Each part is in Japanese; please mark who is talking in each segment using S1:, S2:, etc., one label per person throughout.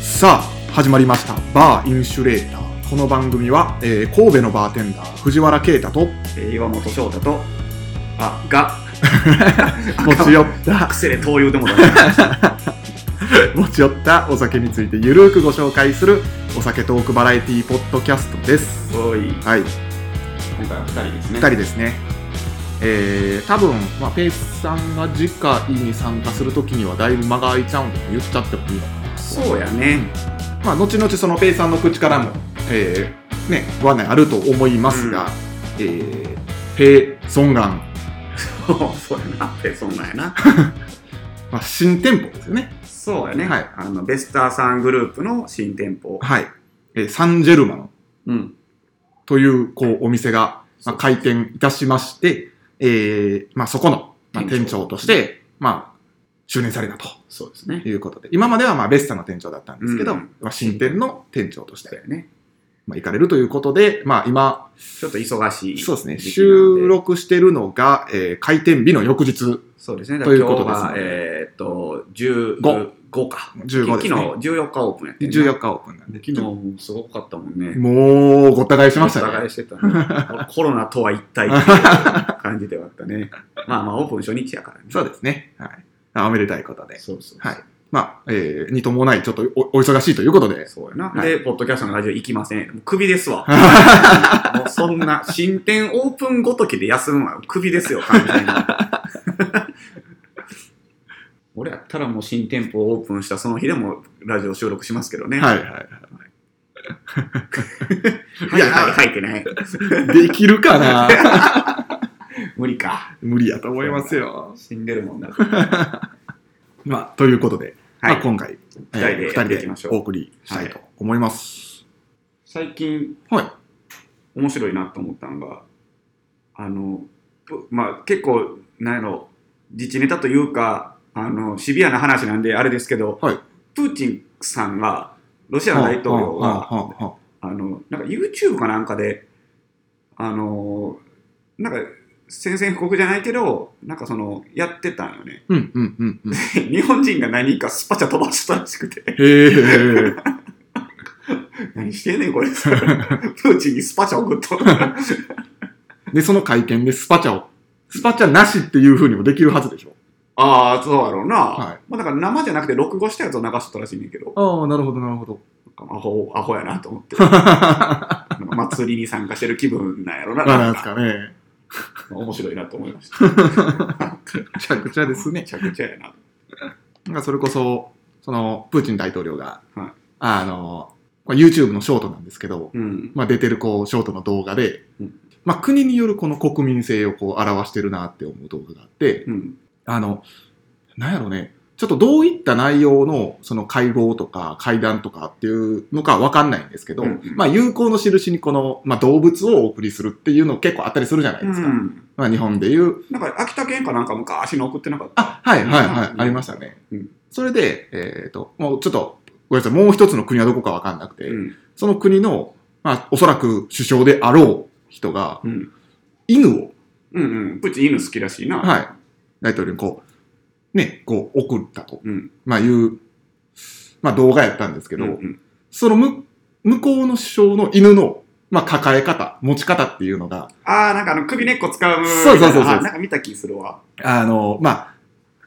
S1: さあ始まりましたバーインシュレーターこの番組は、えー神戸のバーテンダー藤原啓太と
S2: えー岩本翔太と、あ、が、
S1: 持ち寄った
S2: アクセレ灯油でもだね。
S1: 持ち寄ったお酒についてゆるーくご紹介するお酒トークバラエティポッドキャストです
S2: おい、
S1: はい
S2: 今回は二人ですね。
S1: 2人ですねえー、多分、まあ、ペイスさんが次回に参加するときにはだいぶ間が空いちゃうんで言っちゃってもいいのか
S2: そうやね。
S1: な、まあ、後々そのペイスさんの口からも、えーね、ご案内あると思いますが、えー、ペイソンガン
S2: そうそうやな。ペソンなんやな。
S1: まあ、新店舗ですよね。
S2: そうやね。
S1: はい
S2: あの、ベスターさんグループの新店舗。
S1: はい。えーサンジェルマン
S2: うん。
S1: という、こう、お店が、まあ、開店いたしまして、えー、まあ、そこの、まあ、店
S2: 店長
S1: 長として、まあ、就任されたと
S2: そうですね。
S1: いうことで、今までは、まあ、ベスタの店長だったんですけど、
S2: うん
S1: まあ、新店の店長とし
S2: そう
S1: て、
S2: やね。
S1: まあ、行かれるということで、まあ、今、
S2: ちょっと忙しい。
S1: そうですね、収。録してるのが、えー開店日の翌日、
S2: そうですね。だ
S1: と
S2: か
S1: い
S2: ら
S1: う
S2: 今
S1: こと
S2: 日
S1: ですね
S2: が、えーっと、15
S1: 五
S2: か。
S1: 15ですね。
S2: 昨日14日オープンやってんな
S1: 14日オープンなんで、
S2: 昨日、すごかったもんね。
S1: もう、ごった返しましたね。
S2: お互いしてたね。 コロナとは一体っていう感じではあったね。まあまあ、オープン初日やからね。
S1: そうですね。はい。あおめでたいことで。
S2: そうそうそう。
S1: はい。まあ、えー、に伴い、ちょっとおお忙しいということで、
S2: そうやな、
S1: はい
S2: で、ポッドキャストのラジオ行きません。もう首です わ。もうそんな、新店オープンごときで休むのは首ですよ、完 全に。俺やったらもう新店舗オープンしたその日でもラジオ収録しますけどね。
S1: はいはい
S2: はいい
S1: や
S2: はいはいってね。
S1: はい。できるかな
S2: 無理か。
S1: 無理やと思いますよ。
S2: 死んでるもんな。
S1: まあ、ということで、
S2: は
S1: まあ、
S2: い。
S1: 今回、えー
S2: 二人でやっていきましょう
S1: お送りしたいと思います。
S2: 最近、
S1: はい。
S2: 面白いなと思ったのがあのぶまあ結構なんやろ自治ネタというかあのシビアな話なんであれですけど、
S1: はい
S2: プーチンさんがロシアの大統領
S1: は
S2: が
S1: あは
S2: あのなんか YouTube かなんかであのなんか宣戦布告じゃないけどなんかそのやってたんよね
S1: うんうんうんうん。
S2: 日本人が何人かスパチャ飛ばしたらしくて
S1: へえ。
S2: 何してんねんこれ プーチンにスパチャ送っとる
S1: で、その会見でスパチャを、スパチャなしっていうふうにもできるはずでしょ。
S2: ああそうやろうな、
S1: はい
S2: まあ、だから生じゃなくて録画したやつを流しとったらしいねんだけど、
S1: ああ、なるほど、なるほど。
S2: アホ、アホやな と思って、
S1: あ
S2: なんか祭りに参加してる気分なんやろな、
S1: な
S2: なんん
S1: です
S2: か
S1: かね。
S2: 面白いなと思いました。
S1: めちゃくちゃですね
S2: め。ちゃくちゃやな。
S1: なんかそれこそ、その、プーチン大統領が、
S2: はい
S1: あの、これ YouTube のショートなんですけど、
S2: うん。
S1: まあ、出てるこう、ショートの動画で、
S2: うん
S1: まあ、国によるこの国民性をこう、表してるなって思う動画があって、
S2: うん。
S1: あの、なんやろね、ちょっとどういった内容の、その会合とか会談とかっていうのかわかんないんですけど、
S2: うんうん
S1: まあ、友好の印にこの、まあ、動物をお送りするっていうの結構あったりするじゃないですか。
S2: うん
S1: まあ、日本でいう、
S2: なんか秋田県かなんか昔の送ってなかった。
S1: あ、はいはいはい、
S2: うん
S1: ありましたね。
S2: うん
S1: それで、えっ、と、もうちょっと、ごめんなさい、もう一つの国はどこかわかんなくて、
S2: うん。
S1: その国の、まあ、おそらく首相であろう人が、
S2: うん。
S1: 犬を、
S2: うんうん。プーチン犬好きらしいな。
S1: はい、大統領にこう、ね、こう、送ったと、
S2: うん。
S1: まあ、いう、まあ、動画やったんですけ
S2: け
S1: ど、
S2: うん。
S1: そのむ、向こうの首相の犬の、まあ、抱え方、持ち方っていうのが、
S2: ああ、なんかあの首根っこ使う。
S1: そうそうそうそう
S2: あなんか見た気するわ。
S1: あの、まあ、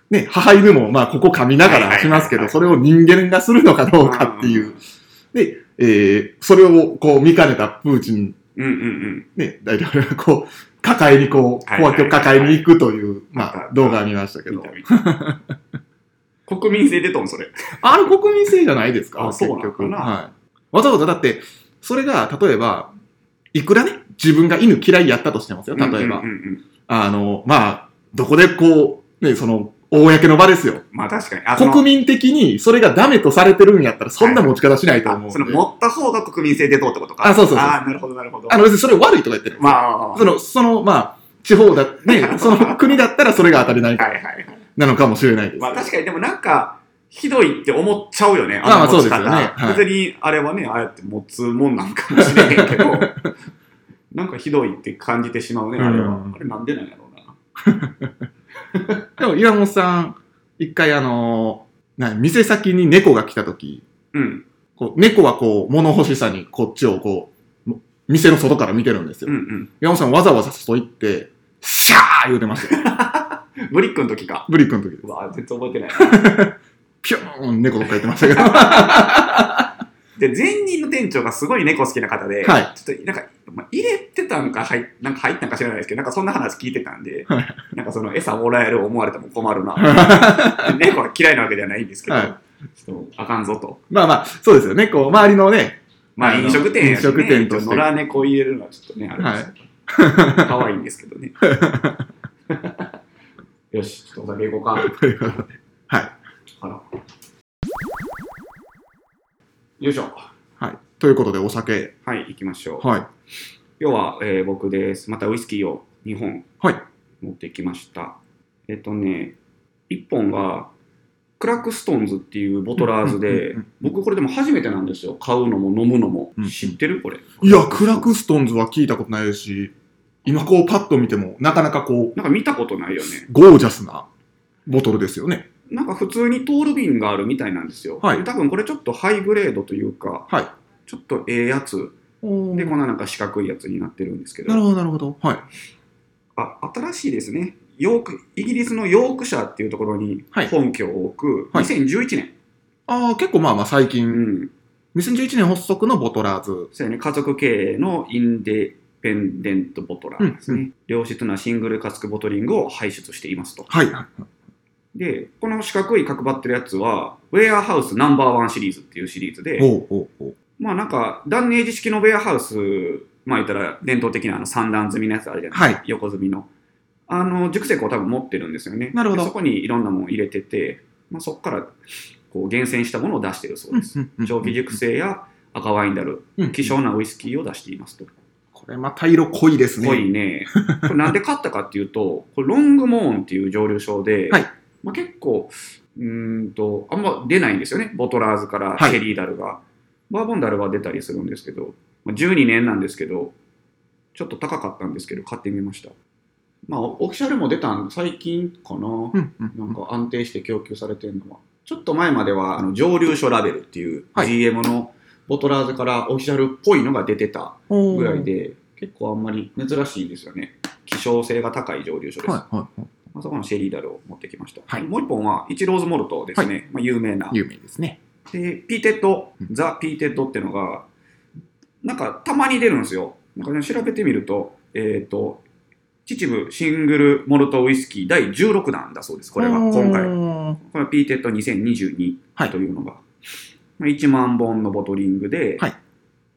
S1: ね、母犬も、まあ、ここ噛みながらしますけど、それを人間がするのかどうかっていう。で、えーそれをこう見かねたプーチン、
S2: うんうんうん。
S1: ね、大統領がこう、抱えにこう、こ
S2: は
S1: う
S2: い
S1: や
S2: は
S1: っ
S2: い
S1: て抱えに行くという、まあ
S2: は、い
S1: 動画を見ましたけ
S2: 見
S1: ど
S2: た。見た。 国民性出とん、それ。
S1: あれ国民性じゃないですか
S2: あそうな
S1: 結
S2: のかな
S1: 局。はい。わざわざだって、それが、例えば、いくらね、自分が犬嫌いやったとしてますよ、例えば。
S2: うんうんうん。
S1: あの、まあ、どこでこう、ね、その、公の場ですよ。
S2: まあ確かに。あその
S1: 国民的にそれがダメとされてるんやったら、そんな持ち方しないと
S2: あ
S1: 思うん
S2: そ
S1: で。
S2: の持った方が国民性出とうってことか。
S1: あそうそうそう
S2: ああ、なるほど、なるほど。
S1: あの、別にそれ悪いとか言ってる。
S2: まあ、
S1: その、その、まあ、地方だ、 ね、その国だったらそれが当たりない
S2: はいはいはい。
S1: なのかもしれないです。
S2: まあ確かに、でもなんか、ひどいって思っちゃうよね。
S1: まあまあ
S2: の持ち方
S1: そうですよねはい
S2: 別に、あれはね、ああやって持つもんなんかもしれへん けど、なんかひどいって感じてしまうね、あれ
S1: う
S2: は
S1: ん。
S2: あれなんでなんやろうな。
S1: でも、岩本さん、一回あのー、な店先に猫が来た時
S2: うん。
S1: こう猫はこう、物欲しさにこっちをこう、も店の外から見てるんですよ。
S2: うん
S1: 山本さんわざわざ外行って、シャー言うてま したよ。
S2: うん。ブリックの時か。
S1: ブリックの時で
S2: うわ、全然覚えてない。
S1: ピューン猫とか言ってましたけど。
S2: で、前任の店長がすごい猫好きな方で、
S1: はい
S2: ちょっとなんか、まあ、入れてたんか入っ、なんか入ったんか知らないですけど、なんかそんな話聞いてたんで、なんかその餌もらえる思われても 困るな。で猫は嫌いなわけじゃないんですけど、
S1: はい
S2: ちょっとあかんぞと。
S1: まあまあ、そうですよね。こう、周りのね、
S2: まあ
S1: あの
S2: 飲食店やし、ね、
S1: 飲食店として
S2: 野良猫入れるのはちょっとね、あれです けど、可愛いんですけどね。よし、ちょっとお酒行こうか。
S1: ということではい。
S2: あらよいしょ。
S1: はい。ということで、お酒。
S2: はい、行きましょう。
S1: はい。
S2: 今日は、えー僕です。またウイスキーを2本
S1: はい
S2: 持ってきました。えっ、とね、1本はクラックストーンズっていうボトラーズで
S1: うんうん、
S2: 僕これでも初めてなんですよ。買うのも飲むのも
S1: うん。
S2: 知ってるこれ。
S1: いや、クラクストンズは聞いたことないですし、今こうパッと見ても、なかなかこう、
S2: なんか見たことないよね。
S1: ゴージャスなボトルですよね。
S2: なんか普通にトール瓶があるみたいなんですよ。
S1: はい
S2: で多分これちょっとハイグレードというか、
S1: はい
S2: ちょっとええやつ。で、
S1: で
S2: こんななんか四角いやつになってるんですけ
S1: なる
S2: ど。
S1: ほど、なるほど。はい。
S2: あ、新しいですね。ヨーク、イギリスのヨークシャーっていうところに
S1: はい
S2: 本拠を置く、
S1: はい
S2: 2011年。
S1: ああ、結構まあまあ最
S2: う
S1: 近、
S2: ん。
S1: 2011年発足のボトラーズ。
S2: そうやね、家族経営のインデペンデントボトラーですね、
S1: うん
S2: 良質なシングルカスクボトリングを排出していますと。
S1: はい。はい
S2: で、この四角い角張ってるやつは、ウェアハウスナンバーワンシリーズっていうシリーズで、
S1: おうおうおう
S2: まあなんか、断ネージ式のウェアハウス、まあ言ったら伝統的なあの三段積みのやつあるじゃないですか、
S1: はい
S2: 横積みの。あの、熟成庫を多分持ってるんですよね。
S1: なるほど
S2: でそこにいろんなものを入れてて、まあ、そこからこう厳選したものを出してるそうです。長期熟成や赤ワインである
S1: うん
S2: 希少なウイスキーを出していますと。
S1: これまた色濃いです
S2: すごい
S1: ね。
S2: ね。これなんで買ったかっていうと、これロングモーンっていう蒸留所で、
S1: はい
S2: まあ、結構、うーんと、あんま出ないんですよね。ボトラーズから
S1: はい
S2: シェリーダルが。バーボンダルは出たりするんですけど、まあ、12年なんですけど、ちょっと高かったんですけど、買ってみました。まあ、オフィシャルも出たん最近かな。
S1: うんうん
S2: なんか安定して供給されてるのは。ちょっと前までは、あの蒸留所ラベルっていう
S1: はい
S2: GM のボトラーズからオフィシャルっぽいのが出てた
S1: おー
S2: ぐらいで、結構あんまり珍しいですよね。希少性が高い蒸留所です。
S1: はいはいは
S2: まあ、そこのシェリーダルを持ってきました。
S1: はい。。
S2: もう一本は、イチローズモルトですね。まあ、有名ない
S1: 有名ですね。
S2: で、ピーテッド
S1: うん、
S2: ザ・ピーテッドっていうのが、なんかたまに出るんですよ。なんかね、調べてみると、えっ、と、秩父シングルモルトウイスキー第16弾だそうです。これは今回。
S1: 回。
S2: これはピーテッド2022というのが、まあ1万本のボトリングで、
S1: はい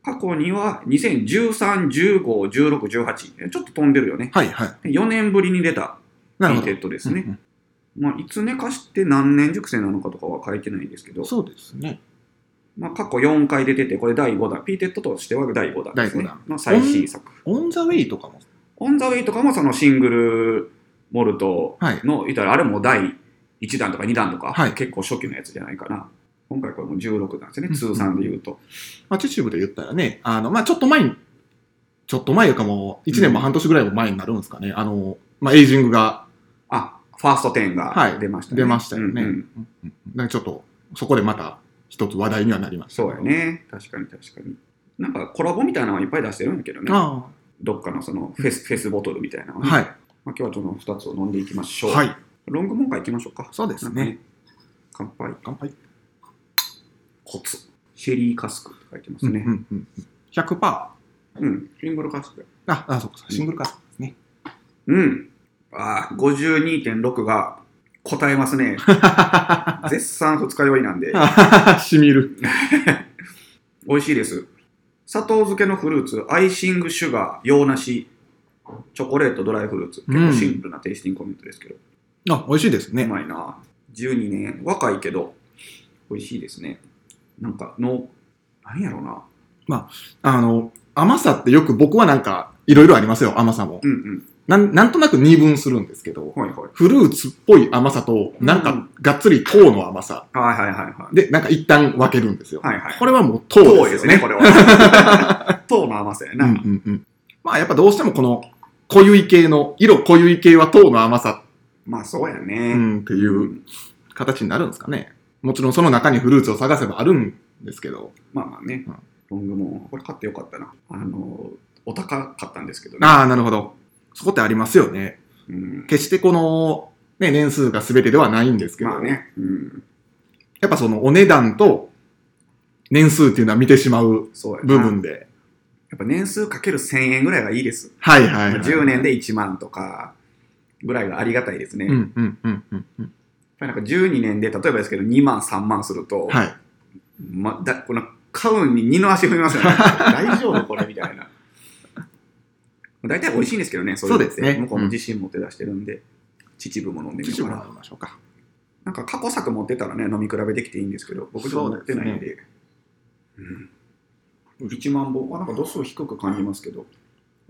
S2: 過去には2013、15、16、18、ちょっと飛んでるよね。
S1: はいはい。
S2: 4年ぶりに出たピ
S1: なるほ
S2: ー
S1: ど。
S2: テッドですね。
S1: うんうん
S2: まあ、いつ寝かして何年熟成なのかとかは書いてないんですけど、
S1: そうですね。
S2: まあ、過去4回出てて、これ第5弾、ピーテッドとしては第5弾です
S1: 第五
S2: ね。
S1: 弾
S2: の最新作。
S1: オンザウェイとかも。
S2: オン・ザ・ウェイとかもそのシングルモルト
S1: はい。
S2: の、言ったらあれも第1弾とか2弾とか、
S1: はい
S2: 結構初期のやつじゃないかな。今回これも16弾ですね、
S1: うん
S2: 通算で言うと。
S1: まあ、秩父で言ったらね、あの、まあ、ちょっと前に、ちょっと前かも、1年も半年ぐらいも前になるんですかね。あの、まあ、エイジングが
S2: あ、ファースト10
S1: は
S2: が
S1: い
S2: 出ましたね。
S1: 出ましたよね。
S2: う
S1: うん
S2: うん
S1: んうんなんかちょっと、そこでまた一つ話題にはなりました。
S2: そうや。ね。確かに確かに。なんかコラボみたいなのはいっぱい出してるんやけどね。
S1: あ
S2: どっかのそのフェス、フェスボトルみたいなの
S1: あ、
S2: ね、
S1: は
S2: まあ、
S1: い。
S2: 今日はその2つを飲んでいきましょう。
S1: はい。
S2: ロングモンカ行きましょうか。
S1: そうです
S2: なんか
S1: ね。。
S2: 乾杯。
S1: 乾杯。
S2: コツ。シェリーカスクって書いてますね
S1: う。んうんうん。100%。あ、
S2: うん。シングルカスク。
S1: あ、そうか、シングルカットですね。
S2: うん。ああ、52.6が答えま すね。絶賛二日酔いなんで、
S1: しみる。
S2: 美味しいです。砂糖漬けのフルーツ、アイシング、シュガー、洋梨、チョコレート、ドライフルーツ。結構シンプルなテイスティングコメントですけど、
S1: あ、美味しいです
S2: う
S1: ね。
S2: まいな。12年、若いけど、美味しいですね。なんか、の、何やろうな。
S1: あの、甘さってよく僕はなんか、いろいろありますよ、甘さも。
S2: うんうん。
S1: なん、なんとなく二分するんですけど、
S2: はいはい。
S1: フルーツっぽい甘さと、なん
S2: うん
S1: か、がっつり糖の甘さ。
S2: はいはいはいはい。
S1: で、なんか一旦分けるんですよ。
S2: はいはい。
S1: これはもう糖
S2: 糖
S1: で
S2: ですす
S1: よね。
S2: ね、これ は。糖の甘さや
S1: う
S2: な。
S1: んうんうん。まあやっぱどうしてもこの、濃ゆい系の、色濃ゆい系は糖の甘さ、
S2: まあ、そうや
S1: う
S2: ね。
S1: ん、っていう形になるんですかね。もちろんその中にフルーツを探せばあるんですけど。
S2: まあまあね、
S1: うん
S2: ロングもこれ買ってよかったな。あの、お高かったんですけどね。
S1: ああ、なるほど。そこってありますよね。
S2: うん、
S1: 決してこの、ね、年数が全てではないんですけど、
S2: まあね、うん、
S1: やっぱそのお値段と年数っていうのは見てしまう
S2: そうやな
S1: 部分で。
S2: やっぱ年数かける1000円ぐらいがいいです。
S1: はいはい、はい。
S2: 10年で1万とかぐらいがありがたいですね。
S1: う
S2: やっ
S1: んうんうんうんうん。
S2: ぱりなんか12年で、例えばですけど2万、3万すると、
S1: はい。
S2: ま、だこの買うに二の足踏み ますよね。大丈夫これみたいな。大体美味しいんですけどね、そういうのって
S1: そうですね
S2: 向こうも自信持って出してるんで、秩父も飲んでみよう
S1: 秩父
S2: かな
S1: も。らいましょうか。
S2: なんか過去作持ってたらね、飲み比べできていいんですけど、僕ちょっと持ってないんで。うん、1万本あ、なんか度数低く感じますけど、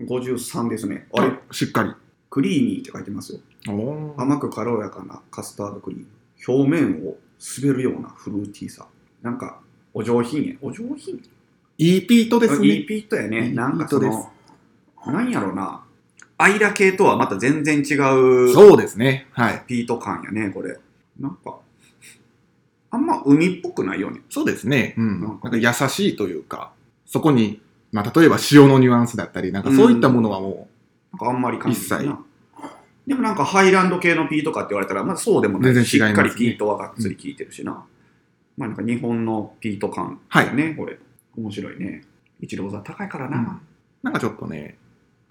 S2: 53ですね。あれ、
S1: しっかり。
S2: クリーミーって書いてますよ。
S1: おおー。
S2: 甘く軽やかなカスタードクリーム。表面を滑るようなフルーティーさ。なんか、お上品や。お上品
S1: いいピートです
S2: いい
S1: ね。
S2: ピートや
S1: い
S2: ね。
S1: い
S2: なんかそ
S1: ピー
S2: の、なんやろな。アイラ系とはまた全然違う
S1: そうですね。はい。
S2: ピート感やね、これ。なんか、あんま海っぽくないよね。
S1: そうですね。うん。
S2: な
S1: なんん
S2: か
S1: か優しいというか、そこに、まあ、例えば塩のニュアンスだったり、なんかそういったものはも
S2: なんかあんまり感じない
S1: 一
S2: な。でもなんかハイランド系のピートかって言われたら、まあそうでもない
S1: 全
S2: し、
S1: 然違い
S2: しっ
S1: ます
S2: か
S1: ね
S2: りピートはがっつり効いてるしな。まあなんか日本のピート感、
S1: はい
S2: ね、これ。面白いね。一郎座高いからな。
S1: うんう、なんかちょっとね、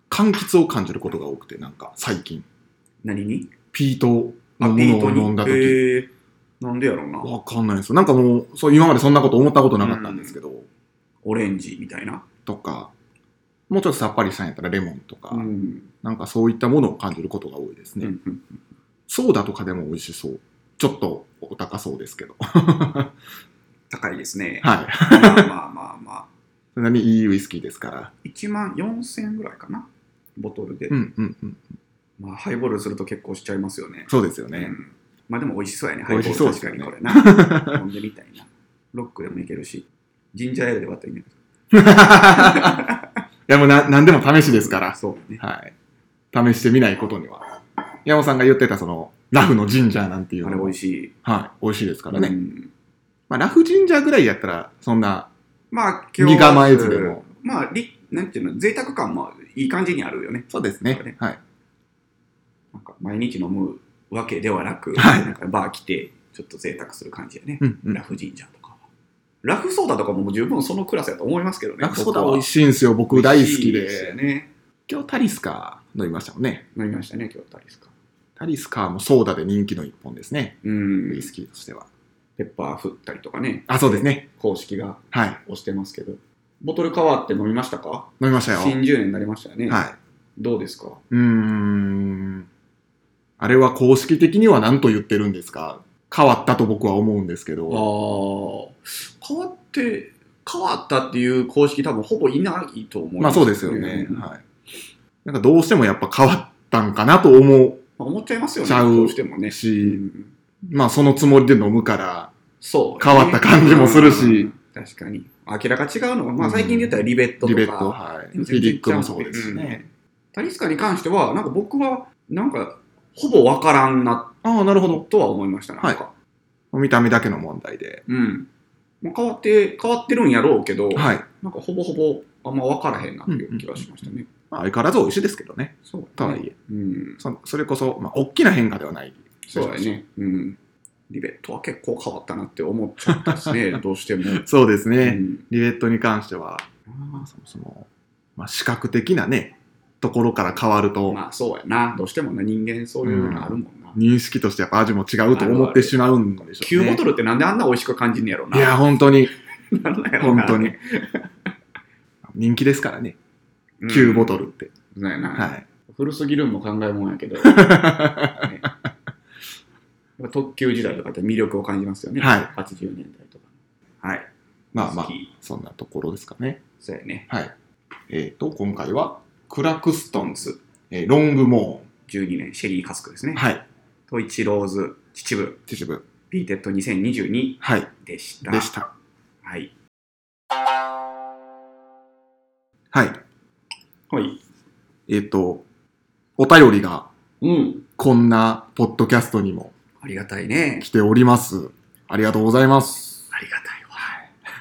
S1: 柑橘を感じることが多くて、なんか最近、
S2: 何に
S1: ピート
S2: あ、
S1: の
S2: ピー
S1: も
S2: ト
S1: の
S2: に。
S1: を飲んだ
S2: え
S1: 時
S2: ーなんでやろうな。
S1: わかんないですよ。なんかもう、そう今までそんなこと思ったことなかったんですけど、
S2: オレンジみたいな。
S1: とか、もうちょっとさっぱりしたんやったらレモンとか、
S2: うん。
S1: なんかそういったものを感じることが多いですね。
S2: うんうん
S1: ソーダとかでも美味しそう。ちょっとお高そうですけど。は
S2: 高いですね。
S1: い。
S2: まあまあまあまあ。
S1: そんなにいいウイスキーですから。
S2: 1万4000円ぐらいかな。ボトルで。
S1: うんうんうん。
S2: まあハイボールすると結構しちゃいますよね。
S1: そうですよ
S2: う
S1: ね。
S2: んまあでも美味しそうやね。ハイ
S1: 美
S2: ボ
S1: 味し
S2: ー
S1: そう
S2: ル
S1: で
S2: 確
S1: す
S2: か
S1: よ
S2: に
S1: ね
S2: これな。飲んでみたいな。ロックでもいけるし、ジンジャーエールで割ったらいいんじ ゃない
S1: いやもうな何でも試しですから。
S2: そうね。
S1: はい。試してみないことには。山本さんが言ってたその、ラフのジンジャーなんていう
S2: あれ
S1: の
S2: 美
S1: も、
S2: 味しい。
S1: はい、美味しいですからね。
S2: うん
S1: まあ、ラフジンジャーぐらいやったら、そんな、
S2: まあ今
S1: 身
S2: 日
S1: 構えずでも。
S2: まあ、りなんていうの、贅沢感もいい感じにあるよね。
S1: そうです
S2: そうね
S1: ね。はい。
S2: なんか毎日飲むわけではなく、
S1: はい
S2: なんかバー来て、ちょっと贅沢する感じやね。
S1: うんうん
S2: ラフジンジャーとかは。ラフソーダとかももう十分そのクラスやと思いますけどね。
S1: ラフソーダ美味
S2: しい。
S1: しいんですよ。僕大好き
S2: すよ
S1: で。
S2: ね。
S1: 今日タリスカー飲みましたもんね。
S2: 飲みましたね、今日タリスカ。
S1: タリスカーもソーダで人気の一本ですね。
S2: うん
S1: ウイ。スキーとしては。
S2: ペッパー振ったりとかね。
S1: あ、そうですね。
S2: 公式が
S1: はい。
S2: 押してますけど。ボトル変わって飲みましたか
S1: 飲みましたよ。
S2: 新10年になりましたよね。
S1: はい。
S2: どうですか
S1: うーん。あれは公式的には何と言ってるんですか変わったと僕は思うんですけ
S2: あ
S1: ど。
S2: ー変わって、変わったっていう公式多分ほぼいないと思い
S1: まあそうですよね。
S2: うんま
S1: はい。なんかどうしてもやっぱ変わったんかなと思
S2: あ思っちゃいますよね。
S1: ちゃう
S2: どうしてもね
S1: う。
S2: う
S1: し、
S2: ん
S1: まあそのつもりで飲むから、
S2: そう、
S1: 変わった感じもするし
S2: うん。確かに。明らか違うのは、まあ最近で言ったらリベットとか。
S1: リベット、はい。フ
S2: 全然
S1: ィリックもそうですし
S2: ちっちゃい
S1: ね。
S2: タリスカに関しては、なんか僕は、なんか、ほぼわからんな
S1: ああ、なるほど。
S2: とは思いましたね。
S1: はい
S2: なんか
S1: 見た目だけの問題で。
S2: うん。まあ、変わって、変わってるんやろうけど、
S1: はい。
S2: なんかほぼほぼあんま分からへんなっていう気がしましたね。
S1: まあ、相変わらず美味しいですけどね。
S2: そうだね。
S1: とはいえ。
S2: うん。
S1: そそれこそ、まあ、大きな変化ではない。
S2: そうだ。ね。うん。リベットは結構変わったなって思っちゃったです ね、どうしても。
S1: そうです
S2: う
S1: ね。
S2: ん、
S1: リベットに関しては、まあそもそも、まあ、視覚的なね、ところから変わると、
S2: まあそうやな。どうしてもな、人間そういうのあるもんな。
S1: 認識としてやっぱ味も違うと思ってしまうんでしょ
S2: 旧
S1: うね。
S2: ボトルってなんであんな美味しく感じんねやろうな。
S1: いや、、本当に、
S2: なんなんやろう
S1: 本
S2: な
S1: 当 に。。人気ですからね、旧ボト
S2: ル。
S1: ルって。
S2: そうやな。
S1: はい。
S2: 古すぎるんも考えもんやけ ど、ねやっぱ特急時代とかって魅力を感じますよね、
S1: はい
S2: 80年代とか。はい、
S1: まあまあ
S2: 好、き
S1: そんなところですかね。
S2: そうやね、
S1: はい。えっ、と、今回は、クラクスト
S2: ト
S1: ン
S2: ン
S1: ズ、
S2: ス、
S1: えーロングモ
S2: 12年、シェリー・カスクです
S1: ー
S2: ね
S1: ン。、はい。
S2: トイチローズ、秩父、
S1: 秩父。
S2: ピーテッド2022
S1: はい。
S2: でした。
S1: でした。
S2: はい、
S1: はい。
S2: はい、
S1: えっ、と、お便りが
S2: うん、
S1: こんなポッドキャストにも
S2: ありがたいね
S1: 来。ております。ありがとうございます。
S2: ありがたいわ。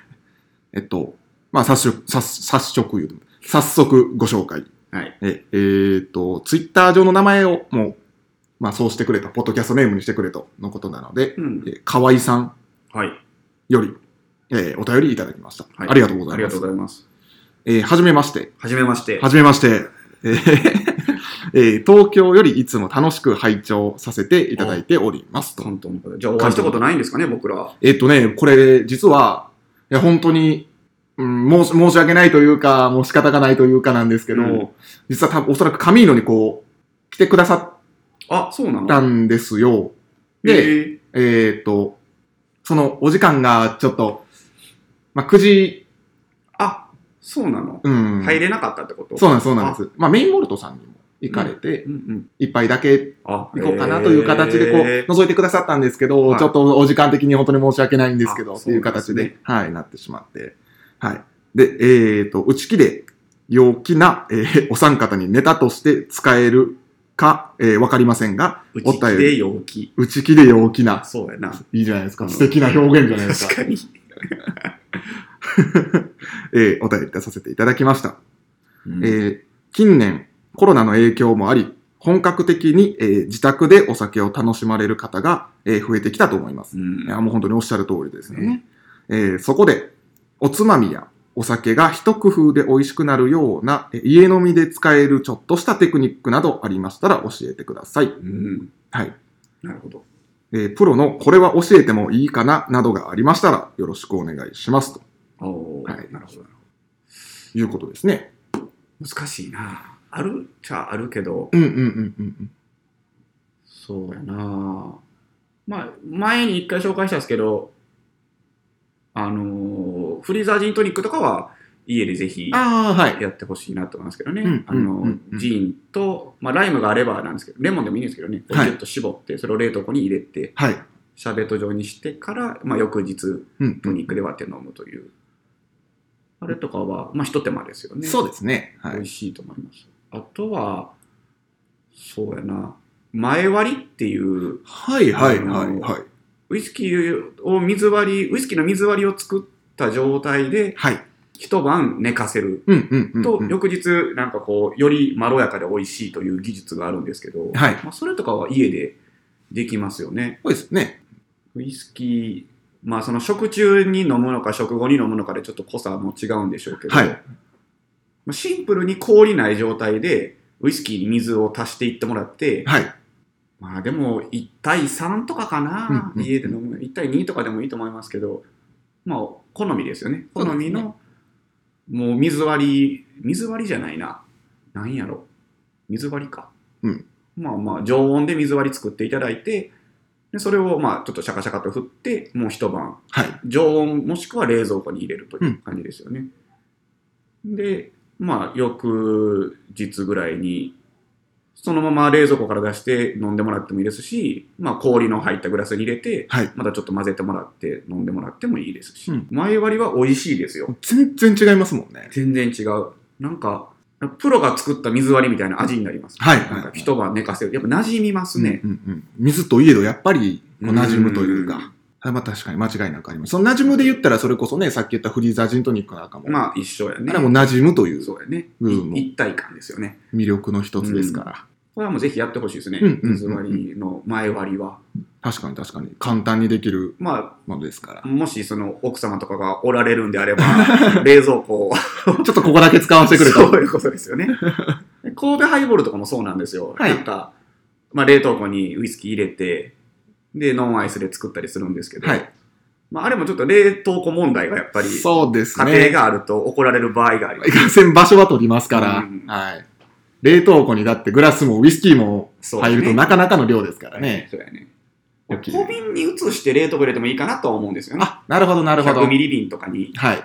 S1: えっと、まあ、早速、早早速言うと、早速ご紹介。
S2: はい。
S1: え、えーっと、ツイッター上の名前をもう、まあ、そうしてくれと、ポッドキャストネームにしてくれと、のことなので、
S2: うん
S1: え。ー河合さん
S2: はい。
S1: より、えーお便りいただきました。
S2: はい
S1: ありがとうござ
S2: あ
S1: い
S2: りが
S1: ま
S2: とう
S1: す。
S2: ございます。
S1: えーはじめまして。
S2: はじめまして。
S1: はじめまして。えーえー東京よりいつも楽しく拝聴させていただいておりますと。
S2: 関東の方で。じゃあ、お会いしたことないんですかね、僕ら。
S1: えっとね、これ、実は、いや、本当に、うん、申し申し訳ないというか、もう仕方がないというかなんですけど、
S2: うん
S1: 実は多分おそらくカミーノにこう、来てくださ
S2: あ、そうな
S1: っ
S2: の
S1: たんですよ。で、
S2: え
S1: えーっと、そのお時間がちょっと、まあ、9時、
S2: あ、そうなの
S1: うん。
S2: 入れなかったってこと
S1: そうなんです、そうなんです。まあ、メインボルトさんにも行かれて、
S2: うんうん。
S1: 一杯だけ
S2: あ、
S1: 行こうかなという形でこう、
S2: えー
S1: 覗いてくださったんですけど、
S2: はい
S1: ちょっとお時間的に本当に申し訳ないんですけど、
S2: あ
S1: っていう形
S2: そう
S1: で、
S2: なんで
S1: はい、なってしまって。はい。で、えっ、と、内気で陽気な、えーお三方にネタとして使えるか、えーわかりませんが、
S2: う
S1: お
S2: ち来
S1: 便
S2: て
S1: り。
S2: 陽気。
S1: 内気で陽気な。
S2: そうやな。
S1: いいじゃないです
S2: う
S1: か。
S2: ん
S1: 素敵な表現じゃないですか。
S2: 確かに。
S1: えーお便り出させていただきました。えー近年、コロナの影響もあり、本格的に、えー自宅でお酒を楽しまれる方が、えー増えてきたと思います。
S2: うん
S1: いや、もう本当におっしゃる通りですよね。えーそこで、おつまみやお酒が一工夫で美味しくなるような、え家飲みで使えるちょっとしたテクニックなどありましたら教えてください。
S2: うん。
S1: はい。
S2: なるほど。
S1: えープロのこれは教えてもいいかななどがありましたらよろしくお願いします。と
S2: おー
S1: はい
S2: なるほど。
S1: いうことですね。
S2: 難しいな。あるっちゃあるけど、
S1: うんうんうんうん
S2: そうやな。まあ、前に一回紹介したんですけど、あのーフリーザージントニックとかは家でぜひ
S1: うん。ああ、はい。
S2: やってほしいなと思いますけどね、
S1: うん
S2: あの、
S1: うんうん
S2: ジーンと、まあ、ライムがあればなんですけどレモンでもいいんですけどねこう
S1: はい
S2: ギュッと絞って、それを冷凍庫に入れて
S1: はい。
S2: シャーベット状にしてから、まあ、翌日
S1: うん
S2: トニックで割って飲むという、あれとかは、まあ、ひと手間ですよね
S1: そうですね。は
S2: 美
S1: い。
S2: 味しいと思いますあとはそうやな前割りっていう
S1: はいはいはいはい。
S2: ウイスキーを水割りウイスキーの水割りを作った状態で
S1: はい。
S2: 一晩寝かせる
S1: うんうんうん、
S2: と
S1: うん。
S2: 翌日なんかこうよりまろやかで美味しいという技術があるんですけど、
S1: はい
S2: まあ、それとかは家でできますよね
S1: そうですね。
S2: ウイスキーまあその食中に飲むのか食後に飲むのかでちょっと濃さも違うんでしょうけど、
S1: はい
S2: まあシンプルに氷ない状態でウイスキーに水を足していってもらって、
S1: はい。
S2: まあでも1対3とかかな、
S1: うんうん
S2: 家で飲む1対2とかでもいいと思いますけどまあ好みですよね
S1: そう
S2: 好
S1: ですね
S2: みのもう水割り水割りじゃないななんやろ水割りか、
S1: うん
S2: まあまあ常温で水割り作っていただいてでそれをまあちょっとシャカシャカと振ってもう一晩
S1: はい。
S2: 常温もしくは冷蔵庫に入れるという感じですよね。で、まあ、翌日ぐらいに、そのまま冷蔵庫から出して飲んでもらってもいいですし、まあ、氷の入ったグラスに入れて、
S1: はい。
S2: またちょっと混ぜてもらって飲んでもらってもいいですし、
S1: うん
S2: 前割りは美味しいですよ。
S1: 全然違いますもんね。
S2: 全然違う。なんか、プロが作った水割りみたいな味になります。
S1: はい
S2: なんか一晩寝かせる。やっぱ馴染みますね。
S1: うんうんうん、水といえどやっぱりこう馴染むというか、それは確かに間違いなくあります。その馴染むで言ったらそれこそね、さっき言ったフリーザージントニックなんかも、
S2: うん。まあ、一緒や
S1: あ
S2: ね。
S1: れも馴染むという
S2: そうやね。
S1: うん
S2: い一体感ですよね。
S1: 魅力の一つですから、
S2: これはもうぜひやってほしいですね。
S1: うんうんうんうん
S2: 水割りの前割りは。
S1: 確かに確かに簡単にできる
S2: ま
S1: ものです から
S2: あ、。もしその奥様とかがおられるん であれば、冷蔵庫を
S1: ちょっとここだけ使わせてくれと。
S2: そういうことですよね。神戸ハイボールとかもそうなんですよ。
S1: はい
S2: なんか、まあ、冷凍庫にウイスキー入れて、で、ノンアイスで作ったりするんですけど、
S1: はい
S2: まあ、あれもちょっと冷凍庫問題がやっぱり、
S1: そうです
S2: 家庭
S1: ね。
S2: があると怒られる場合がありま
S1: いかんせん場所は取りますから、
S2: うん
S1: はい。冷凍庫にだってグラスもウイスキーも
S2: す。そう
S1: 入るとなかなかの量ですか
S2: だ
S1: らね。。
S2: そうやね。
S1: 大きい
S2: 小瓶に移して冷凍庫入れてもいいかなとは思うんですよね。
S1: あ、なるほどなるほど。
S2: 100ミリ瓶とかに。
S1: はい。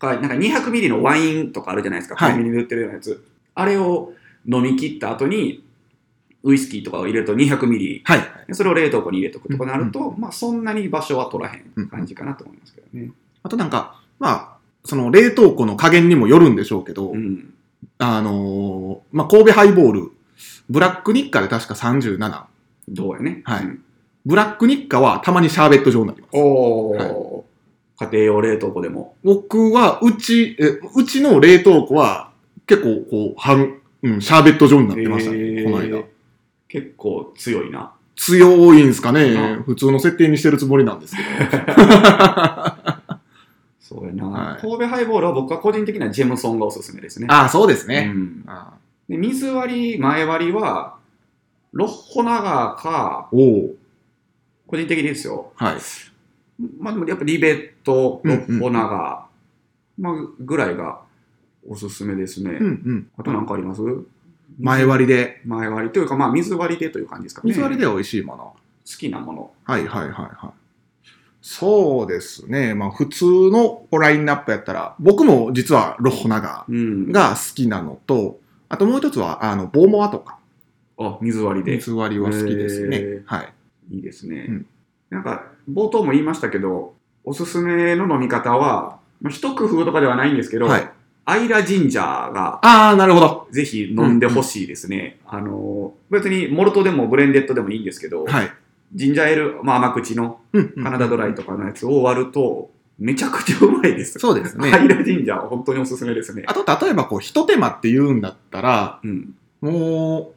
S2: か、なんか200ミリのワインとかあるじゃないですか、
S1: はい
S2: コンビニで売ってるようなやつ。あれを飲み切った後に、ウイスキーとかを入れると200ミリ、
S1: はい。
S2: でそれを冷凍庫に入れとくとかなると、まあそんなに場所は取らへ
S1: うんん
S2: 感じかなと思いますけどね。
S1: あとなんか、まあ、その冷凍庫の加減にもよるんでしょうけど、
S2: うん。
S1: あのーまあ、神戸ハイボール、ブラック日課で確か37。
S2: どうやね。
S1: はい
S2: うん
S1: ブラック日課はたまにシャーベット状になります。
S2: おー、
S1: はい
S2: 家庭用冷凍庫でも。
S1: 僕は、うち、え、うちの冷凍庫は、結構、こう、半、うん、シャーベット状になってましたね、
S2: えー
S1: この間。。
S2: 結構強いな。
S1: 強いんすかね、
S2: うん
S1: 普通の設定にしてるつもりなんですけど。
S2: そうやな、
S1: はい
S2: 神戸ハイボールは僕は個人的にはジェムソンがおすすめですね。
S1: ああ、そうですね。
S2: うん、
S1: あ
S2: で水割り、前割りは、ロッホナガーか、
S1: ーおお
S2: 個人的にですよ。
S1: はい。
S2: まあでもやっぱリベット、
S1: うん
S2: ロ
S1: うん
S2: ッホナガー、まあぐらいがおすすめですね。
S1: うんうん。
S2: あと何かあります
S1: 前割りで。
S2: 前割りというか、まあ水割りでという感じですかね。
S1: 水割り
S2: で
S1: で美味しいもの。
S2: 好きなもの。
S1: はいはいはいはい。そうですね。まあ普通のこうラインナップやったら、僕も実はロッホナガ
S2: うん。
S1: ーが好きなのと、あともう一つは、あの、ボーモアとか、
S2: あ、水割りで。
S1: 水割りは好きです
S2: へ
S1: ね。はい。
S2: いいですね。
S1: うん
S2: なんか、冒頭も言いましたけど、おすすめの飲み方は、まあ、一工夫とかではないんですけど、
S1: はい。
S2: アイラジンジャーが
S1: ああ、なるほど。
S2: ぜひ飲んでほしいですね。あの、別にモルトでもブレンデッドでもいいんですけど、
S1: はい。
S2: ジンジャーエール、まあ甘口の
S1: うん、うん
S2: カナダドライとかのやつを割ると、めちゃくちゃうまいです。
S1: そうですね
S2: アイラジンジャーは本当におすすめですね。
S1: あと、例えば、こう、一手間って言うんだったら、
S2: うん。
S1: も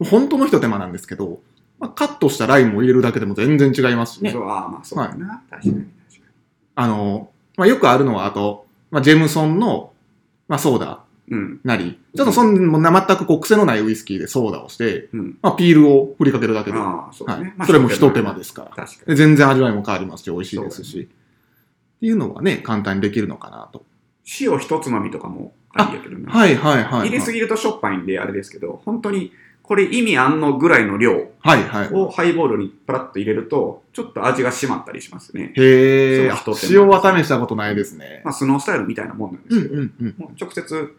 S1: う、本当の一手間なんですけど、まあ、カットしたラインを入れるだけでも全然違いますしね
S2: そ。うああ、まあそうだな。確かに確か
S1: あの、まあ、よくあるのは、あと、まあ、ジェムソンの、まあ、ソーダ
S2: に。うん。
S1: なり、ちょっとそんな、全くこう癖のないウイスキーでソーダをして、
S2: うん。
S1: まあ、ピールを振りかけるだけで、は
S2: ああ、そうだね。まあ
S1: い、それも一手間ですから。
S2: 確かに。
S1: で全然味わいも変わりますし、美味しいですし。っていうのはね、簡単にできるのかなと。
S2: 塩一つまみとかもありやけどね。
S1: はいはいはい、はい。
S2: 入れすぎるとしょっぱいんであれですけど、本当にこれ意味あんのぐらいの量
S1: はいはい。
S2: をハイボールにパラッと入れると、ちょっと味が締まったりしますね。
S1: へえ、
S2: その一手間
S1: 塩は試したことないですね。
S2: まあ、スノースタイルみたいなもんなんで
S1: うん
S2: すけど、
S1: うんうん。
S2: もう直接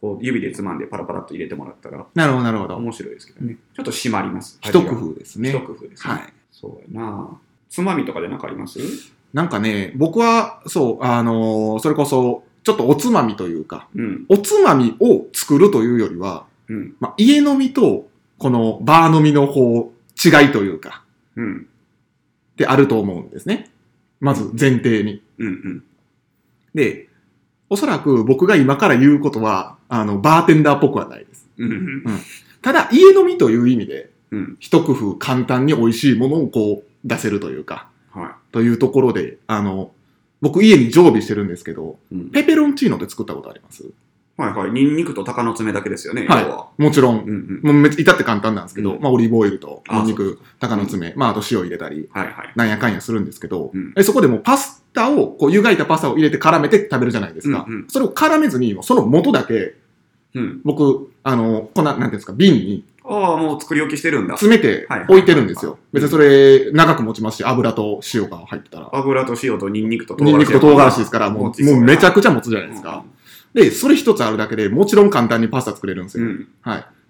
S2: こう指でつまんでパラパラっと入れてもらったら
S1: なるほど、なるほど。
S2: 面白いですけどね。ちょっと締まります。
S1: 一工
S2: 味が。
S1: 夫ですね。
S2: 一工夫ですね。
S1: はい。
S2: そうやなつまみとかで何かあります
S1: なんかね、僕は、そう、あのーそれこそ、ちょっとおつまみというか、
S2: うん。
S1: おつまみを作るというよりは、
S2: うん。
S1: まあ、家飲みと、このバー飲みの、こう、違いというか、
S2: うん。
S1: であると思うんですね。まず前提に。
S2: うん。うん。
S1: で、おそらく僕が今から言うことは、あの、バーテンダーっぽくはないです。
S2: うん。
S1: ただ、家飲みという意味で、
S2: うん。
S1: 一工夫簡単に美味しいものをこう、出せるというか、
S2: は
S1: というところで、あの、僕家に常備してるんですけど、
S2: い。うん
S1: ペペロンチーノで作ったことあります
S2: はいはい。ニンニクと鷹の爪だけですよね、
S1: はい
S2: 要は。
S1: もちろ。
S2: うんんうん。
S1: もうめっちゃ至って簡単なんですけど、
S2: うん
S1: まあオリーブオイルと、
S2: あ
S1: ニンニク、鷹の爪、まああと塩入れたり、
S2: はいはい。
S1: なんやかんやするんですけど、
S2: うん
S1: えそこでもうパスタを、こう湯がいたパスタを入れて絡めて食べるじゃないですか。
S2: うんうん
S1: それを絡めずに、もうその元だけ、
S2: うん。
S1: 僕、あの、こんな、なんていうんですか、瓶に
S2: ああ、もう作り置きしてるんだ。
S1: 詰めて
S2: はいはい
S1: 置いてるんですよ。別にそれ長く持ちますし、油と塩が入ってたら。
S2: 油と塩とニンニクと唐辛
S1: ニ
S2: 子。
S1: ンニクと唐辛子ですから、もう、もうめちゃ
S2: く
S1: くちゃ持つじゃないですか。。で、それ一つあるだけでもちろん簡単にパスタ作れるんです
S2: う
S1: よ。
S2: ん。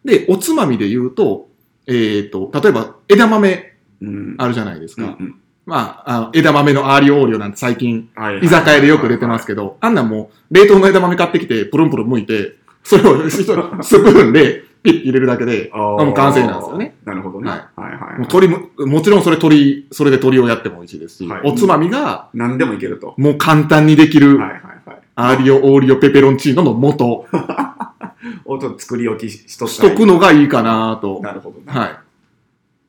S1: で、おつまみで言うと、えっ、と、例えば枝豆
S2: うん。
S1: あるじゃないです
S2: う
S1: か。
S2: んうん
S1: まあ、あの枝豆のアーリオオーリオなんて最近、
S2: はいはい
S1: 居酒屋でよく出てますけど、あんなんもう冷凍の枝豆買ってきて、プルンプルン剥いて、それを スプーンでピッて入れるだけで、
S2: あー
S1: もう完成なんですよね。
S2: なるほどね。
S1: は
S2: はいいはい
S1: もう
S2: はい。
S1: 鳥も、もちろんそれ鳥、それで鳥をやっても美味しいですし、
S2: はい
S1: おつまみが
S2: 何でもいけると。
S1: もう簡単にできる、
S2: はいはいはい。
S1: アーリオオーリオペペロンチーノの元、
S2: おちょっと作り置きしと
S1: しとく
S2: の。
S1: のがいいかなと。
S2: なるほどね。
S1: はい。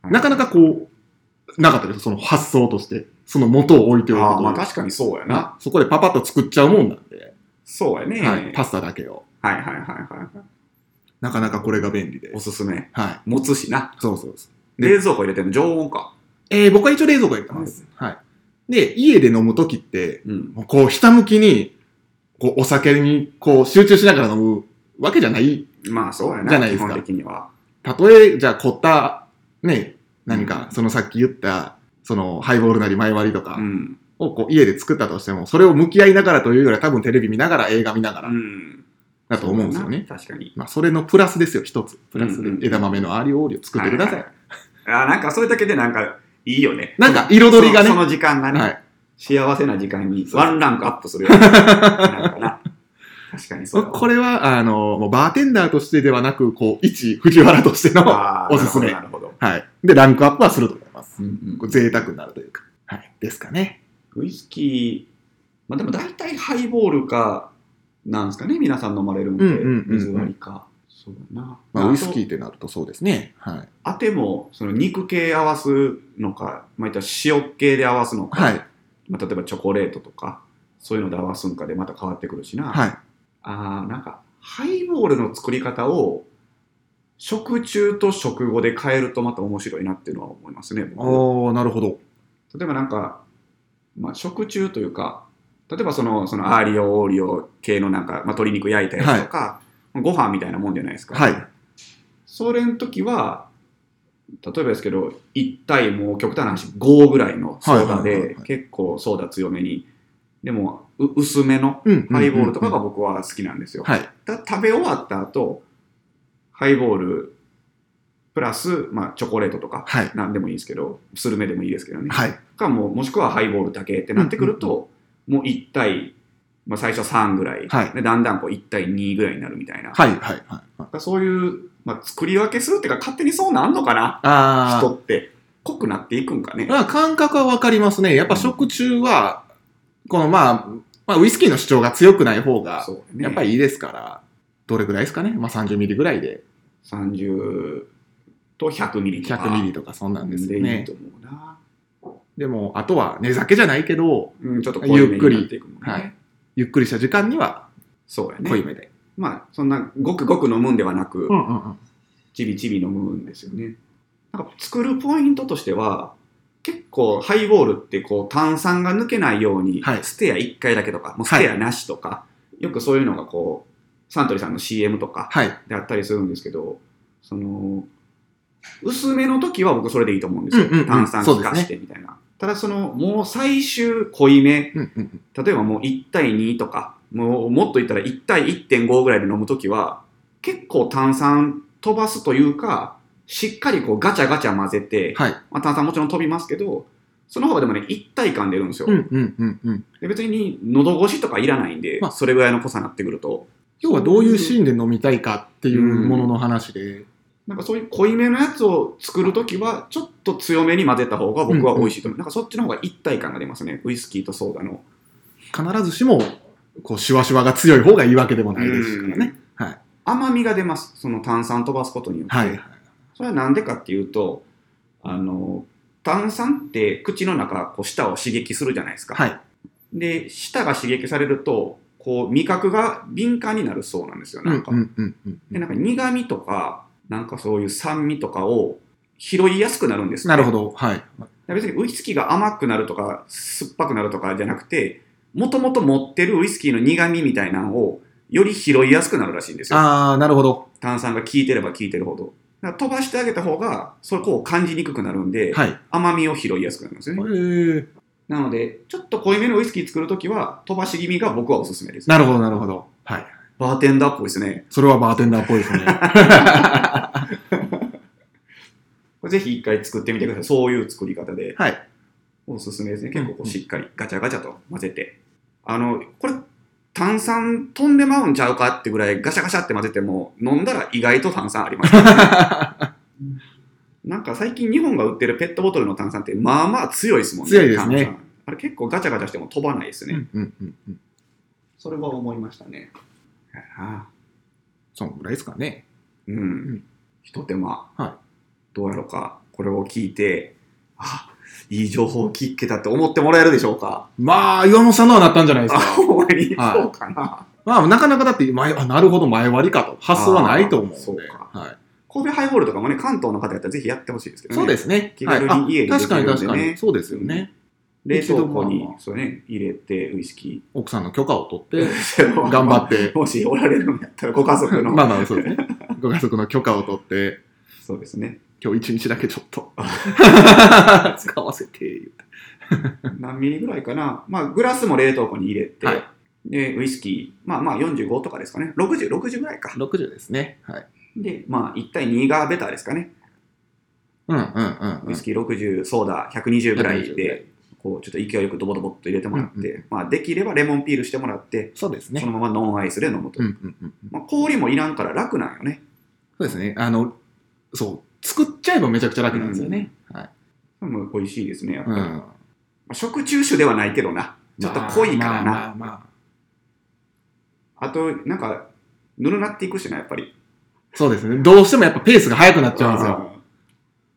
S1: なかなかこう、なかったです、その発想として。その元を置いておく
S2: ああ、
S1: と
S2: まあ
S1: いう
S2: 確かにそうやな。
S1: か。そこでパパッと作っちゃうもんなんで、
S2: そうやね。は
S1: はいい、パスタだけを。
S2: はいはいはい。
S1: なかなかこれが便利で
S2: お。すすめ。
S1: は
S2: 持つしな。
S1: い。そうそうそう。で
S2: 冷蔵庫入れてんの常温か。
S1: えー僕は一応冷蔵庫やってます。はい。で、家で飲むときって、
S2: うん。
S1: もうこう、ひたむきに、こう、お酒に、こう、集中しながら飲むわけじゃない。
S2: まあそうやな。
S1: じゃないですか
S2: 基本的には。
S1: たとえ、じゃあ、凝った、ね、何か、そのさっき言った、その、ハイボールなり前割りとか、
S2: うん。
S1: をこう家で作ったとしても、それを向き合いながらというよりは多分テレビ見ながら映画見なが
S2: う
S1: ら
S2: ん。
S1: だと思うんですよね。
S2: 確かに。
S1: まあそれのプラスですよ、一つ。プラスで
S2: うんうん
S1: 枝豆のアーリオオーリを作ってください。
S2: はあーなんかそれだけでなんかいいよね。
S1: なんか彩りがね
S2: そその時間がね、
S1: はい
S2: 幸せな時間にワンランクアップするよ、 ね。なんかな。確かにそうだわ
S1: これは、あの、もうバーテンダーとしてではなく、こう、一藤原としての、は
S2: あー
S1: おすすめ
S2: なるほど。なるほ
S1: い。で、ランクアップはすると思います。
S2: どうんうん
S1: こう贅沢になるというか。はい。ですかね。
S2: ウイスキまあでも大体ハイボールか、なんですかね、皆さん飲まれるん
S1: うんうんうん
S2: で、
S1: うん
S2: 水割りか。そうだな。
S1: まあ、ウイスキー
S2: ー。
S1: ってなるとそうですね。はい。
S2: あても、その肉系合わすのか、まあ、言ったら塩系で合わすのか、
S1: はい。
S2: まあ、例えばチョコレートとか、そういうので合わすんかでまた変わってくるしな。
S1: はい。
S2: あーなんか、ハイボールの作り方を、食中と食後で変えるとまた面白いなっていうのは思いますね。僕
S1: ああ、なるほど。
S2: 例えばなんか、まあ、食中というか、例えばその、そのアーリオ、オーリオ系のなんか、まあ、鶏肉焼いたやつとか、ご飯みたいなもんじゃないですか。
S1: はい。
S2: それの時は、例えばですけど、1対もう極端な話、5ぐらいのソーダ
S1: はいはいはい
S2: で
S1: は、い
S2: 結構ソーダ強めに、でも、う薄めの
S1: うん。
S2: ハイボールとかが
S1: うん。
S2: 僕は好きなんですよ。
S1: はい。
S2: た食べ終わった後、ハイボール、プラス、まあ、チョコレートとか、
S1: はい。
S2: なんでもいいですけど、スルメでもいいですけどね。
S1: はい。
S2: かもうもしくはハイボールだけってなってくると、もう1対、まあ、最初は3ぐらい、
S1: はい
S2: でだんだんこう1対2ぐらいになるみたいな、
S1: はい。はい。はい。はい
S2: だからそういう、まあ、作り分けするっていうか勝手にそうなんのかな
S1: ああ。
S2: 人って濃くなっていくんかね、
S1: まあ、感覚はわかりますね。やっぱ食中は、このまあ、まあ、ウイスキーの主張が強くない方が、
S2: そうね
S1: やっぱりいいですから、どれぐらいですかね。まあ、30ミリぐらいで、
S2: 30と100ミリとか
S1: 100ミリとかそんなんですよ
S2: でいい
S1: ね。
S2: と思うな、
S1: でも、あとは寝酒じゃないけど、
S2: うん、ちょっと濃いめになっていくもんね、
S1: はいゆっくりした時間には
S2: そうや
S1: 濃い
S2: ね
S1: めで。
S2: まあそんなごくごく飲むんではなく、
S1: うんうんうん。
S2: ちびちび飲むんですよね。なんか作るポイントとしては、結構ハイボールってこう炭酸が抜けないように、
S1: はい
S2: ステア1回だけとか、もうステアなしとか、よくそういうのがこう、サントリーさんの CM とか
S1: はい。
S2: であったりするんですけど、その、薄めの時は僕それでいいと思うんです
S1: う
S2: よ。
S1: んうんうん
S2: 炭酸効かしてみたいな。ただその、もう最終濃いめ、
S1: うんうん
S2: 例えばもう1対2とか、もうもっと言ったら1対1.5ぐらいで飲むときは、結構炭酸飛ばすというか、しっかりこうガチャガチャ混ぜて、
S1: はい。
S2: まあ、炭酸もちろん飛びますけど、その方がでもね、一体感出るんですよ。
S1: うんうんうんうん。
S2: で別に喉越しとかいらないんで、
S1: まあ
S2: それぐらいの濃さになってくると。
S1: 要はどういうシ
S2: ーン
S1: ーンで飲みたいかっていうものの話で。
S2: なんかそういう濃いめのやつを作るときは、ちょっと強めに混ぜた方が僕は美味しいと思う。なんかそっちの方が一体感が出ますね。ウイスキーとソーダの。
S1: 必ずしも、こう、シワシワが強い方がいいわけでもないですからね。はい。
S2: 甘みが出ます。その炭酸飛ばすことによって。
S1: はい。
S2: それはなんでかっていうと、あの、炭酸って口の中、こう、舌を刺激するじゃないですか。
S1: はい。
S2: で、舌が刺激されると、こう、味覚が敏感になるそうなんですよ、
S1: う
S2: なんんか。
S1: うんうんうんう
S2: で、
S1: ん。
S2: なんか苦味とか、なんかそういう酸味とかを拾いやすくなるんです、
S1: なるほ
S2: ど。
S1: ど。はい。
S2: 別にウイスキーが甘くなるとか、酸っぱくなるとかじゃなくて、もともと持ってるウイスキーの苦味みたいなのを、より拾いやすくなるらしいんですよ。
S1: あー、なるほど。
S2: 炭酸が効いてれば効いてるほど。だから飛ばしてあげた方が、そこを感じにくくなるんで、
S1: はい。
S2: 甘みを拾いやすくなるんですよ
S1: え
S2: ね。
S1: ー、
S2: なので、ちょっと濃いめのウイスキー作るときは、飛ばし気味が僕はおすすめです。
S1: なるほど、なるほど。はい。
S2: バーテンダーっぽいですね。
S1: それはバーテンダーっぽいです ね。
S2: これぜひ一回作ってみてください。そういう作り方で
S1: はい。
S2: おすすめですね。結構こ
S1: うん
S2: うしっかりガチャガチャと混ぜて。あの、これ炭酸飛んでまうんちゃうかってぐらいガシャガシャって混ぜても、飲んだら意外と炭酸あ ります、なんか最近日本が売ってるペットボトルの炭酸ってまあまあ強いですもんね。
S1: 強いですね
S2: 炭酸。あれ結構ガチャガチャしても飛ばないです
S1: う
S2: ね。
S1: んうんうんうん。
S2: それは思いましたね。ああ
S1: そんぐらいですかね。
S2: うん。
S1: ん
S2: ひと手間、
S1: は
S2: どうやろうか、これを聞いて、あいい情報を聞けたって思ってもらえるでしょうか。
S1: まあ、岩本さんのはなったんじゃないです
S2: あ、
S1: か。
S2: ほんまに、
S1: はい
S2: そうかな。
S1: まあ、なかなかだって前、あ、なるほど、前割りかと。発想はないと思うんで。
S2: あーそうか
S1: はい。
S2: 神戸ハイボールとかもね、関東の方やったらぜひやってほしいですけどね。
S1: そうですね。
S2: 気軽に
S1: はいあ
S2: 家ででき
S1: 確か
S2: るんでね
S1: に確かに。そうですよね。
S2: 冷凍庫
S1: 一度
S2: に
S1: まあま、
S2: そうね、入れて、ウイスキ
S1: 奥さんの許可を取 って、
S2: ー。
S1: 頑張って。
S2: も しおられるんやったら、ご家族の。
S1: まあまあ、そうですね。ご家族の許可を取って、
S2: そうですね。
S1: 今日一日だけちょっ と、使わせて言う、
S2: 何ミリぐらいかな。まあ、グラスも冷凍庫に入れて、
S1: はい
S2: で、ウイスキー、まあまあ45とかですかね。60、60ぐらいか。
S1: 60ですね。はい。
S2: で、まあ、1対2がベターですかね。
S1: うんうんうん、う
S2: ウ
S1: ん
S2: イ。スキー60、ソーダ120ぐらい
S1: 120ぐらい
S2: で、こう、ちょっと勢いよくドボドボっと入れてもらって、
S1: うんう
S2: まあ、できればレモンピールしてもらって、
S1: そうです
S2: そ
S1: ね。
S2: のままノンアイスで飲むと。
S1: うんうんうん。
S2: まあ、氷もいらんから楽なんよね。
S1: そうですね。あの、そう、作っちゃえばめちゃくちゃ楽なんですよね。はい。
S2: でも美味しいですね、やっぱ
S1: う
S2: り。ま
S1: ん。
S2: あ食中酒ではないけどな。ちょっと濃いか
S3: まあ
S2: らな
S3: まあまあ
S2: あと、なんか、ぬるなっていくしな、やっぱり。
S1: そうですね。どうしてもやっぱペースが速くなっちゃうんですよ。
S2: ん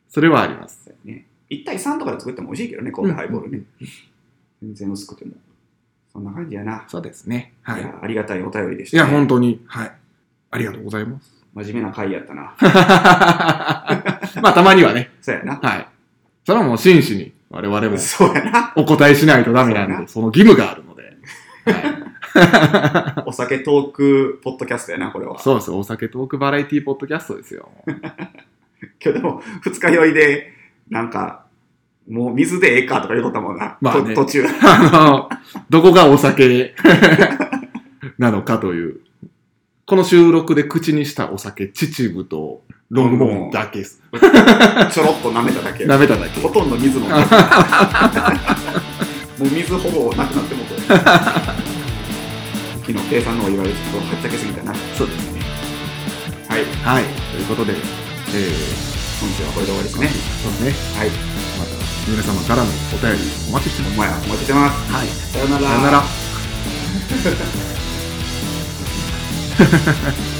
S1: それはあります。
S2: そうやね。1対3とかで作っても美味しいけどね、神戸ハイボールね。全然薄くても。そんな感じやな。
S1: そうですね。はいい。
S2: や、ありがたいお便りでし
S1: い
S2: た、
S1: や、本当に。はい。ありがとうございます。
S2: 真面目な回やったな。
S1: まあ、たまにはね。
S2: そうやな。
S1: はい。それはもう真摯に我々も
S2: そうやな。
S1: お答えしないとダメな
S2: そうんや
S1: で、その義務があるので。はい、
S2: お酒トークポッドキャストやな、これは。
S1: そうですよ。お酒トークバラエティポッドキャストですよ。
S2: 今日でも、二日酔いで、なんか、もう水でええかとか言うとったもんな。
S1: まあね
S2: と途中。
S1: あの、どこがお酒 なのかという。この収録で口にしたお酒、秩父とロングボーンだけです。
S2: ちょろっと舐めただけ。
S1: 舐めただけ。
S2: ほとんど 水飲んでるもう水ほぼなくなってもうて昨日計算のお祝いでちょっとはっちゃけすぎたなはい
S1: そうですね。はい。ということで、えー、
S2: 本日はこれで終わりですね
S1: そうね、
S2: はい
S1: また皆様からのお便りお待ちしてます。
S2: お前はお待ちしてます
S1: はい。
S2: さよなら
S1: さよなら。